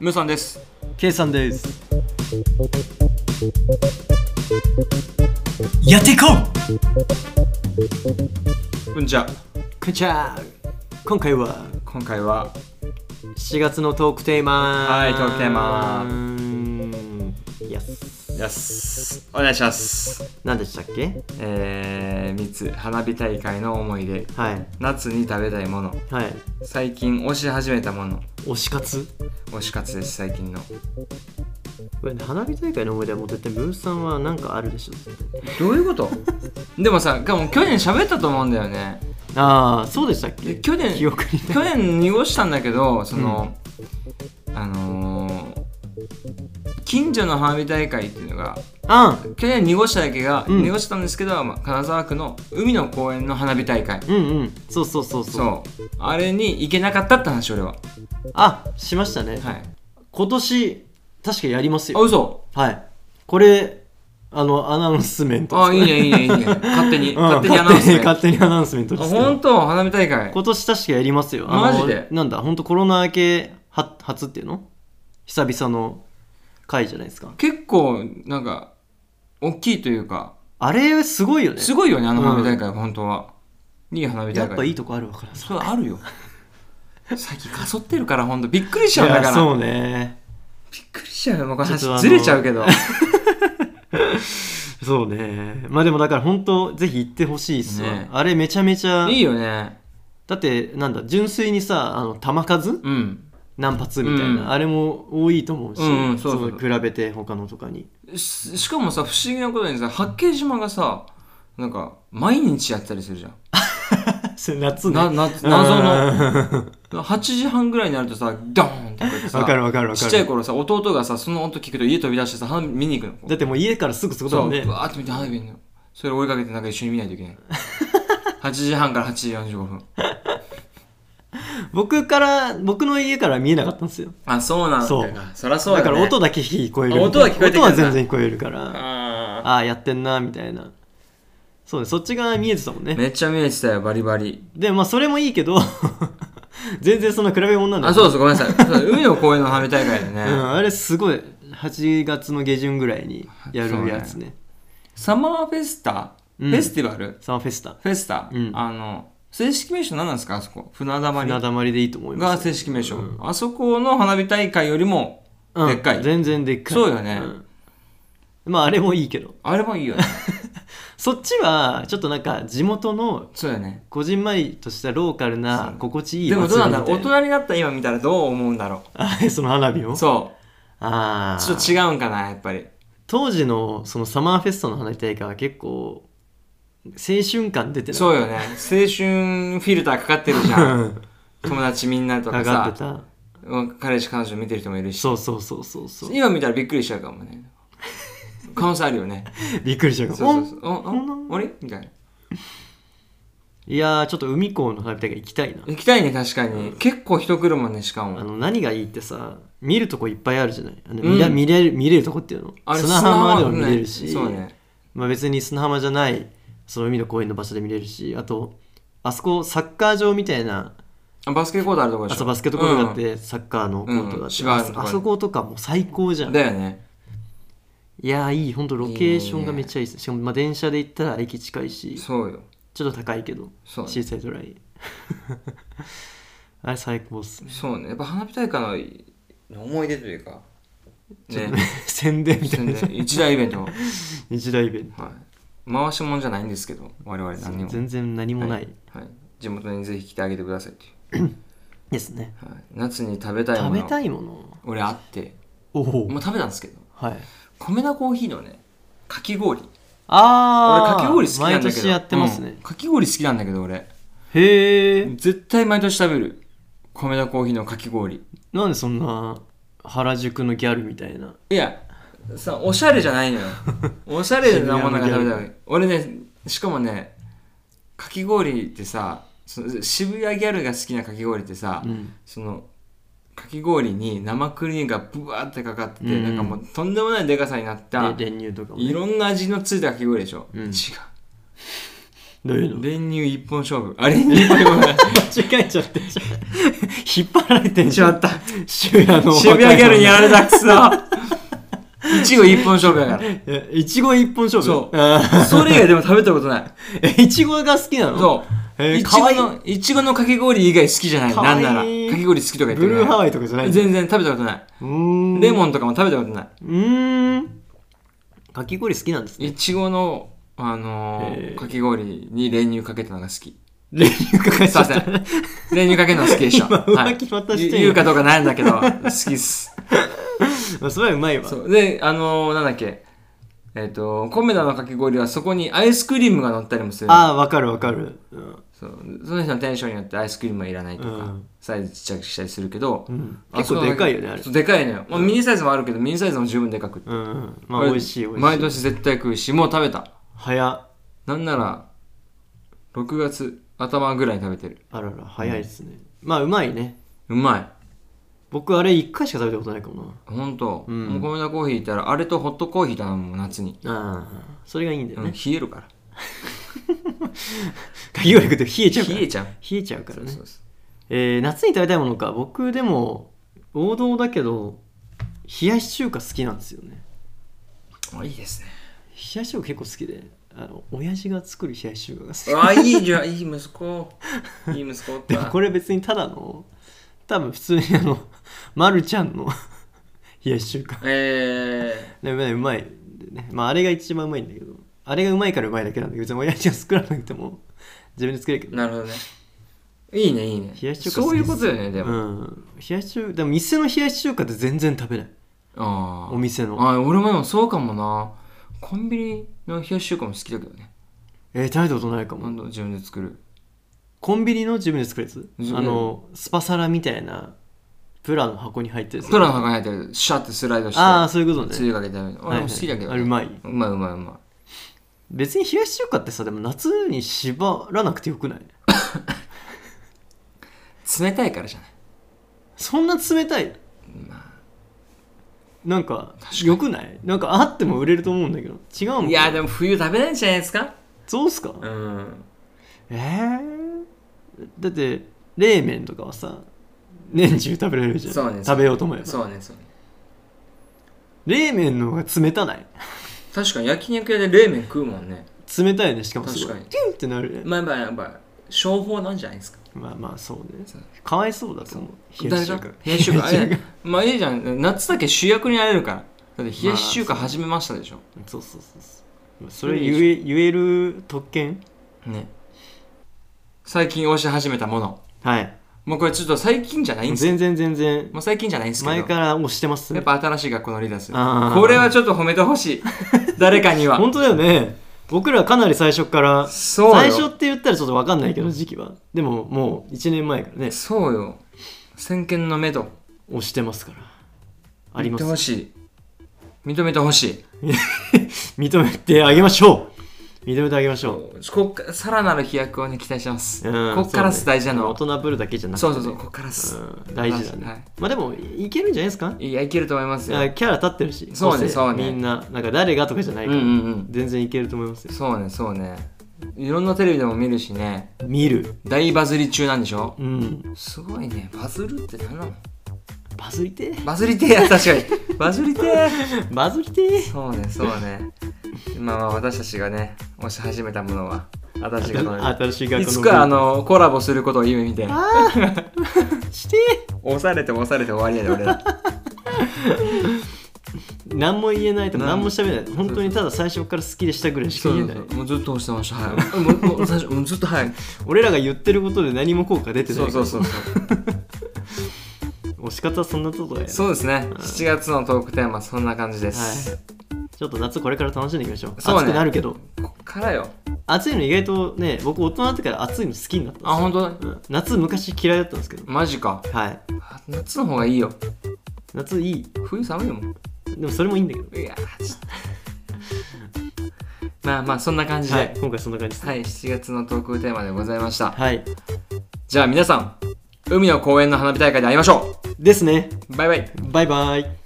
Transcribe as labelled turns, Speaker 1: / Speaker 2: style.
Speaker 1: ムーさんです。
Speaker 2: K さんです
Speaker 3: やっていこ
Speaker 1: うんじゃ、
Speaker 2: こんにちは今回は
Speaker 1: 今回は、
Speaker 2: 7月のトークテーマ
Speaker 1: はいトークテーマ
Speaker 2: いや
Speaker 1: やす。お願いします。
Speaker 2: 何でしたっけ
Speaker 1: えー、3つ、花火大会の思い出。
Speaker 2: はい
Speaker 1: 夏に食べたいもの。
Speaker 2: はい
Speaker 1: 最近推し始めたもの。
Speaker 2: 推し活
Speaker 1: 推し活です、最近の。
Speaker 2: これね花火大会の思い出はもう絶対ムーさんは何かあるでしょ絶対
Speaker 1: どういうこと でもさ、かも去年喋ったと思うんだよね。
Speaker 2: ああそうでしたっけ
Speaker 1: で去年
Speaker 2: 記憶に
Speaker 1: 去年濁したんだけどその、あのー近所の花火大会っていうのが
Speaker 2: あ
Speaker 1: 去年濁しただけが、
Speaker 2: うん
Speaker 1: 濁したんですけど、まあ、金沢区の海の公園の花火大会
Speaker 2: うんうんうんそうそうそうそう
Speaker 1: そうあれに行けなかったって話俺は
Speaker 2: あしましたね、
Speaker 1: はい
Speaker 2: 今年確かやります
Speaker 1: あ
Speaker 2: よ
Speaker 1: 嘘
Speaker 2: はいこれあのアナウンスメント
Speaker 1: あいいねいいねいいね 勝手に、
Speaker 2: うん
Speaker 1: 勝手にアナウンスねあ
Speaker 2: 勝手に勝手にアナウンスメントですけど
Speaker 1: 本当花火大会
Speaker 2: 今年確かやりますよあの
Speaker 1: マジで
Speaker 2: なんだ本当コロナ明けは初っていうの久々の回じゃないですか
Speaker 1: 結構なんか大きいというか
Speaker 2: あれすごいよね
Speaker 1: すごいよねあの花火大会、本当はいい花火大会
Speaker 2: やっぱいいとこあるわから
Speaker 1: それあるよ最近かそってるからほんとびっくりしちゃうんだから
Speaker 2: そうね
Speaker 1: びっくりしちゃうよもうこの
Speaker 2: ちょっとあ
Speaker 1: 話
Speaker 2: の
Speaker 1: ずれちゃうけ どね
Speaker 2: そうねまあでもだから本当ぜひ行ってほしいっすわ、
Speaker 1: ね
Speaker 2: あれめちゃめちゃ
Speaker 1: いいよね
Speaker 2: だってなんだ純粋にさあの球数
Speaker 1: うん
Speaker 2: 何発みたいな、
Speaker 1: うん
Speaker 2: あれも多いと思うし、
Speaker 1: うんうんそうそうそう
Speaker 2: その比べて他のと かに
Speaker 1: ししかもさ不思議なことにさ八景島がさなんか毎日やってたりするじゃん
Speaker 2: それ夏 ね
Speaker 1: なな謎の
Speaker 2: の
Speaker 1: 8時半ぐらいになるとさドーンってこうやってさ
Speaker 2: わかるわかるわかる
Speaker 1: ちっちゃい頃さ弟がさその音聞くと家飛び出してさ花火見に行くの
Speaker 2: だってもう家からすぐそこだ
Speaker 1: そ
Speaker 2: も
Speaker 1: うん
Speaker 2: ね
Speaker 1: うわーって見て花火見るのそれ追いかけてなんか一緒に見ないといけない 8時半から8時45分
Speaker 2: 僕から僕の家から見えなかったんですよ
Speaker 1: あそうなんだ
Speaker 2: そう
Speaker 1: そりゃそうだ,、
Speaker 2: だ
Speaker 1: ね、
Speaker 2: から音だけ聞こえる
Speaker 1: あ音は聞こえてくるんだ
Speaker 2: 音は全然聞こえるからあ
Speaker 1: あ
Speaker 2: あーやってんなみたいなそうねそっち側見えてたもん
Speaker 1: ー
Speaker 2: ね
Speaker 1: めっちゃ見えてたよバリバリ
Speaker 2: でまあそれもいいけど 全然そんな比べ物なんだ
Speaker 1: あそう
Speaker 2: う
Speaker 1: そうごめんなさいそう海の公園の花火大会でね、
Speaker 2: ん、あれすごい8月の下旬ぐらいにやるやつね
Speaker 1: サマーフェスタ、
Speaker 2: う
Speaker 1: フ
Speaker 2: ん
Speaker 1: ェスティバル
Speaker 2: サマーフェスタ
Speaker 1: フェスタ、
Speaker 2: うん
Speaker 1: あの正式名称何なんですかあそこ船溜まり
Speaker 2: 船だまりでいいと思いま
Speaker 1: が
Speaker 2: す
Speaker 1: 正式名称、あそこの花火大会よりも
Speaker 2: うん
Speaker 1: でっかい
Speaker 2: 全然でっかい
Speaker 1: そうよね
Speaker 2: んまああれもいいけど
Speaker 1: あれもいいよね
Speaker 2: そっちはちょっとなんか地元の
Speaker 1: そうよね
Speaker 2: こじんまりとしたローカルな心地いい
Speaker 1: でもどうなんだろう大
Speaker 2: 祭りみたい
Speaker 1: 人になった今見たらどう思うんだろ
Speaker 2: あ えその花火を
Speaker 1: うそ
Speaker 2: あ
Speaker 1: う
Speaker 2: あ
Speaker 1: ちょっと違うんかなやっぱり
Speaker 2: 当時のそのサマーフェストの花火大会は結構青春感出てない
Speaker 1: そうよね青春フィルターかかってるじゃん友達みんなとか
Speaker 2: かかっ
Speaker 1: さ
Speaker 2: てた
Speaker 1: うん彼氏彼女見てる人もいるし
Speaker 2: そうそうそうそうそう
Speaker 1: 今見たらびっくりしちゃうかもね可能性あるよね
Speaker 2: びっくりした
Speaker 1: そうそ
Speaker 2: かも
Speaker 1: うそうお
Speaker 2: うん
Speaker 1: おあれみたいない
Speaker 2: やーちょっと海港の花火大会行きたいな
Speaker 1: 行きたいね確かに結構人来るもんねしか
Speaker 2: あ
Speaker 1: も
Speaker 2: の何がいいってさ見るとこいっぱいあるじゃないあの見,、
Speaker 1: うん
Speaker 2: 見れる見れるとこっていうの
Speaker 1: あれ
Speaker 2: 砂浜でも見れるし、
Speaker 1: 砂浜ねそうね
Speaker 2: まあ、別に砂浜じゃないその海の公園の場所で見れるしあとあそこサッカー場みたいな
Speaker 1: あバスケコートあるとこで
Speaker 2: あ
Speaker 1: し
Speaker 2: そ
Speaker 1: ょ
Speaker 2: こバスケットコートがあって、サッカーのコートがあって、
Speaker 1: うん
Speaker 2: あ
Speaker 1: 芝生のとこ
Speaker 2: そ
Speaker 1: ね
Speaker 2: あそことかもう最高じ
Speaker 1: う
Speaker 2: ゃ
Speaker 1: ん
Speaker 2: ん
Speaker 1: だよね
Speaker 2: いやーいい本当ロケーションがめっちゃいいですしかもまあ電車で行ったら駅近いし
Speaker 1: そうよ
Speaker 2: ちょっと高いけど
Speaker 1: そう
Speaker 2: シーサイドライ ンあれ最高っすね
Speaker 1: そうねやっぱ花火大会の思い出というかね
Speaker 2: 宣伝みたいな
Speaker 1: 全然一大イベント、はい、
Speaker 2: 一大イベント
Speaker 1: 回しもんじゃないんですけど我々何にも、
Speaker 2: 全然何もない、
Speaker 1: はい、地元にぜひ来てあげてくださいってい
Speaker 2: ですね
Speaker 1: う、はい、夏に食べたいも
Speaker 2: 食
Speaker 1: の
Speaker 2: べたいもの
Speaker 1: 俺あって
Speaker 2: おお
Speaker 1: もう食べたんですけど
Speaker 2: はい
Speaker 1: 米田コーヒーのねかき氷俺
Speaker 2: ああ
Speaker 1: かき氷好きなんだけど
Speaker 2: 毎年やってます
Speaker 1: うん
Speaker 2: ね、
Speaker 1: かき氷好きなんだけど俺
Speaker 2: へえ
Speaker 1: 絶対毎年食べる米田コーヒーのかき氷
Speaker 2: なんでそんな原宿のギャルみたいない
Speaker 1: やさおしゃれじゃないの よおしゃれなものが食べ
Speaker 2: 渋
Speaker 1: たい俺ねしかもねかき氷ってさその渋谷ギャルが好きなかき氷ってさ、
Speaker 2: うん
Speaker 1: そのかき氷に生クリームがブワーってかかってて、
Speaker 2: うん
Speaker 1: なんかもうとんでもないでかさになった
Speaker 2: で練乳とかもね、
Speaker 1: いろんな味のついたかき氷でしょ、
Speaker 2: うん
Speaker 1: 違う
Speaker 2: どういうの
Speaker 1: 練乳一本勝負あ練乳一本勝 負
Speaker 2: 間違えちゃってんじゃん引っ張られてん
Speaker 1: し
Speaker 2: じ
Speaker 1: ま
Speaker 2: ゃ
Speaker 1: っ
Speaker 2: ん
Speaker 1: た
Speaker 2: 渋谷の
Speaker 1: 渋谷ギャルにやられたくそ いちご一本勝負だか
Speaker 2: えいちご一本勝負
Speaker 1: そうら
Speaker 2: あ
Speaker 1: それ以外でも食べたこと ない
Speaker 2: ーえいちごが好きなの
Speaker 1: そう
Speaker 2: えー
Speaker 1: いち
Speaker 2: か
Speaker 1: ご
Speaker 2: わいい
Speaker 1: のいちごのかき氷以外好きじゃない
Speaker 2: か
Speaker 1: な
Speaker 2: わい
Speaker 1: ん
Speaker 2: い
Speaker 1: ならかき氷好きとか言って
Speaker 2: ブ
Speaker 1: る
Speaker 2: ルーハワ
Speaker 1: イ
Speaker 2: イとかじゃないの
Speaker 1: 全然食べたことな
Speaker 2: うー
Speaker 1: い
Speaker 2: ん
Speaker 1: レモ
Speaker 2: ン
Speaker 1: ンとかも食べたことな
Speaker 2: うーんかき氷好きなんです
Speaker 1: い
Speaker 2: ね
Speaker 1: いちごのあのー
Speaker 2: えー
Speaker 1: かき氷に練乳かけたのが好き
Speaker 2: 練乳かかっち
Speaker 1: すい
Speaker 2: ゃ
Speaker 1: ませ
Speaker 2: った
Speaker 1: ん練乳かけるの好きでしょ
Speaker 2: 今浮気
Speaker 1: はい
Speaker 2: 渡してんよ
Speaker 1: 言言うかどうかないんだけど好きっす
Speaker 2: まあそれはうまいわ
Speaker 1: そうであのーなんだっけえっ、とコメダのかき氷はそこにアイスクリームが乗ったりもする
Speaker 2: ああわかるわかるうん
Speaker 1: そうその人のテンションによってアイスクリームはいらないとか、
Speaker 2: うん
Speaker 1: サイズちっちゃくしたりするけど、
Speaker 2: うん
Speaker 1: あ
Speaker 2: 結構でかいよねあれ
Speaker 1: そうでかいのよ、まあ、ミニサイズもあるけどミニサイズも十分でかくって、
Speaker 2: うんうんま
Speaker 1: こ
Speaker 2: あ
Speaker 1: れ
Speaker 2: 美味しい美味しい
Speaker 1: 毎年絶対食うしもう食べた
Speaker 2: 早っ
Speaker 1: なんなら6月頭ぐらいに食べてる
Speaker 2: あらら早いですねまあうまいね
Speaker 1: うまい
Speaker 2: 僕あれ1回しか食べたことないかもな
Speaker 1: ほんと、
Speaker 2: うん
Speaker 1: もう米田コーヒーいたらあれとホットコーヒー頼むもん夏に、
Speaker 2: ああそれがいいんだよ
Speaker 1: うん
Speaker 2: ね
Speaker 1: 冷えるから
Speaker 2: かき氷食って冷えちゃうから
Speaker 1: 冷えちゃう
Speaker 2: 冷えちゃうからね
Speaker 1: そうそ
Speaker 2: えー夏に食べたいものか僕でも王道だけど冷やし中華好きなんですよね
Speaker 1: うあいいですね
Speaker 2: 冷やし中華結構好きであの親父が作る冷やし中華が好
Speaker 1: あいいじゃんいい息子いい息子
Speaker 2: きでもこれ別にただの多分普通にあのまるちゃんの 冷やし中華
Speaker 1: え
Speaker 2: でもねうまいんでねまああれが一番うまいんだけどあれがうまいからうまいだけなんだけど別に親父が作らなくても自分で作れるけ
Speaker 1: ー、
Speaker 2: ど
Speaker 1: なるほどねいいねいいね
Speaker 2: 冷やし中華好き
Speaker 1: そういうことだよねでも、
Speaker 2: うん冷やし中でも店の冷やし中華って全然食べない
Speaker 1: あ
Speaker 2: お店の
Speaker 1: ああ俺もでもそうかもなコンビニの冷やし中華も好きだけどね
Speaker 2: えー、食べたことないかも、
Speaker 1: 今度自分で作る
Speaker 2: コンビニの自分で作るやつ
Speaker 1: 自分
Speaker 2: あのスパサラみたいなプラの箱に入ってるやつ
Speaker 1: プラの箱に入ってるシャッてスライドして
Speaker 2: ああそういうこと
Speaker 1: つ
Speaker 2: ね
Speaker 1: ゆかけて食べる俺も好きだけど、
Speaker 2: はいはいあれうまいう
Speaker 1: まいうまいうま
Speaker 2: 別に冷やし中華ってさでも夏に縛らなくてよくない
Speaker 1: い冷たいからじゃない
Speaker 2: そんな冷たいなんかよくないなんかあっても売れると思うんだけど違うもん
Speaker 1: いやでも冬食べないんじゃないですか
Speaker 2: そうっすか
Speaker 1: うん
Speaker 2: えー、だって冷麺とかはさ年中食べられるじゃん
Speaker 1: そうね
Speaker 2: 食べようと思えば
Speaker 1: そうねそうね
Speaker 2: 冷麺の方が冷たない
Speaker 1: 確かに焼肉屋で冷麺食うもんね
Speaker 2: 冷たいねしかもすごい
Speaker 1: 確かに
Speaker 2: キュンってなるね
Speaker 1: まあまあやっぱ商法なんじゃないですか
Speaker 2: まあまあそうね
Speaker 1: そう
Speaker 2: かわいそうだと思う
Speaker 1: 誰が冷やし中華あ
Speaker 2: 冷やし中
Speaker 1: れまあいいじゃん夏だけ主役になれるからだって冷やし中華始めましたでしょ、
Speaker 2: 華そうそうそうそうそれ言え言える特権
Speaker 1: ね最近推し始めたもの
Speaker 2: はい
Speaker 1: もうこれちょっと最近じゃないんです
Speaker 2: 全然全然
Speaker 1: もう最近じゃないんですけど
Speaker 2: 前から押してます
Speaker 1: や
Speaker 2: ね
Speaker 1: っぱ新しい学校のリーダーですよ
Speaker 2: あー
Speaker 1: これはちょっと褒めてほ しい誰かには
Speaker 2: 本当だよね僕らかなり最初から
Speaker 1: そうよ
Speaker 2: 最初って言ったらちょっと分かんないけど時期はでももう1年前からね
Speaker 1: そうよ先見の目と
Speaker 2: 押してますからあ
Speaker 1: 言
Speaker 2: り
Speaker 1: っ
Speaker 2: ま
Speaker 1: て
Speaker 2: す
Speaker 1: ほしい認めてほしい
Speaker 2: 認めてあげましょう認めてあげましょ
Speaker 1: こっからさらなる飛躍をね期待してます、
Speaker 2: う、うん、
Speaker 1: こっからっす
Speaker 2: そうね
Speaker 1: 大事なの
Speaker 2: 大
Speaker 1: はそう,、
Speaker 2: 人ぶるだけじゃなくて
Speaker 1: そ
Speaker 2: ね、
Speaker 1: うそうこっからっす、
Speaker 2: うん大事だね、
Speaker 1: はい
Speaker 2: まあでもいけるんじゃないですか
Speaker 1: いやいけると思います
Speaker 2: い
Speaker 1: よ
Speaker 2: やキャラ立ってるし
Speaker 1: そうね
Speaker 2: 個性
Speaker 1: そうね
Speaker 2: みんななんか誰がとかじゃない
Speaker 1: うん
Speaker 2: か
Speaker 1: う
Speaker 2: ら、
Speaker 1: んうん
Speaker 2: 全然いけると思いますよ
Speaker 1: そうねそうねいろんなテレビでも見るしね
Speaker 2: 見る
Speaker 1: 大バズり中なんでしょ
Speaker 2: うん
Speaker 1: すごいねバズるって何なの
Speaker 2: バズりてー
Speaker 1: バズりて え確かにバズりてえ
Speaker 2: バズりてー
Speaker 1: そうねそうねまあまあ私たちがね推し始めたものは私がの
Speaker 2: 新しい学校の
Speaker 1: いつかあのコラボすることを夢見て
Speaker 2: あーして
Speaker 1: 押されて押されて終わりやで俺ら
Speaker 2: ー何も言えないとか
Speaker 1: 何
Speaker 2: 何
Speaker 1: も
Speaker 2: も喋れない本当にただ最初から好きでしたぐらいし か
Speaker 1: そう
Speaker 2: 言え
Speaker 1: そ
Speaker 2: ないう
Speaker 1: そうもうずっと押してました はいもうもう最初もうずっとはい
Speaker 2: 俺らが言ってることで何も効果出てない
Speaker 1: そうそうそうそう
Speaker 2: 押し方はそんなとこだよ
Speaker 1: そうですね7月のトークテーマそんな感じです、
Speaker 2: はい、ちょっと夏これから楽しんでいきましょう
Speaker 1: そうね
Speaker 2: 暑くなるけど
Speaker 1: こっからよ
Speaker 2: 暑いの意外とね僕大人になってから暑いの好きになったんですよ
Speaker 1: あ本当
Speaker 2: うん夏昔嫌いだったんですけど
Speaker 1: マジか
Speaker 2: はい
Speaker 1: あ夏の方がいいよ
Speaker 2: 夏いい
Speaker 1: 冬寒いもん
Speaker 2: でもそれもいいんだけど
Speaker 1: いやーちょっとまあまあそんな感じで
Speaker 2: は
Speaker 1: はいい、
Speaker 2: 今回そんな感じです
Speaker 1: 7月のトークテーマでございました
Speaker 2: はい、
Speaker 1: じゃあ皆さん海の公園の花火大会で会いましょ
Speaker 2: ですね
Speaker 1: うバイバイ
Speaker 2: バイバイ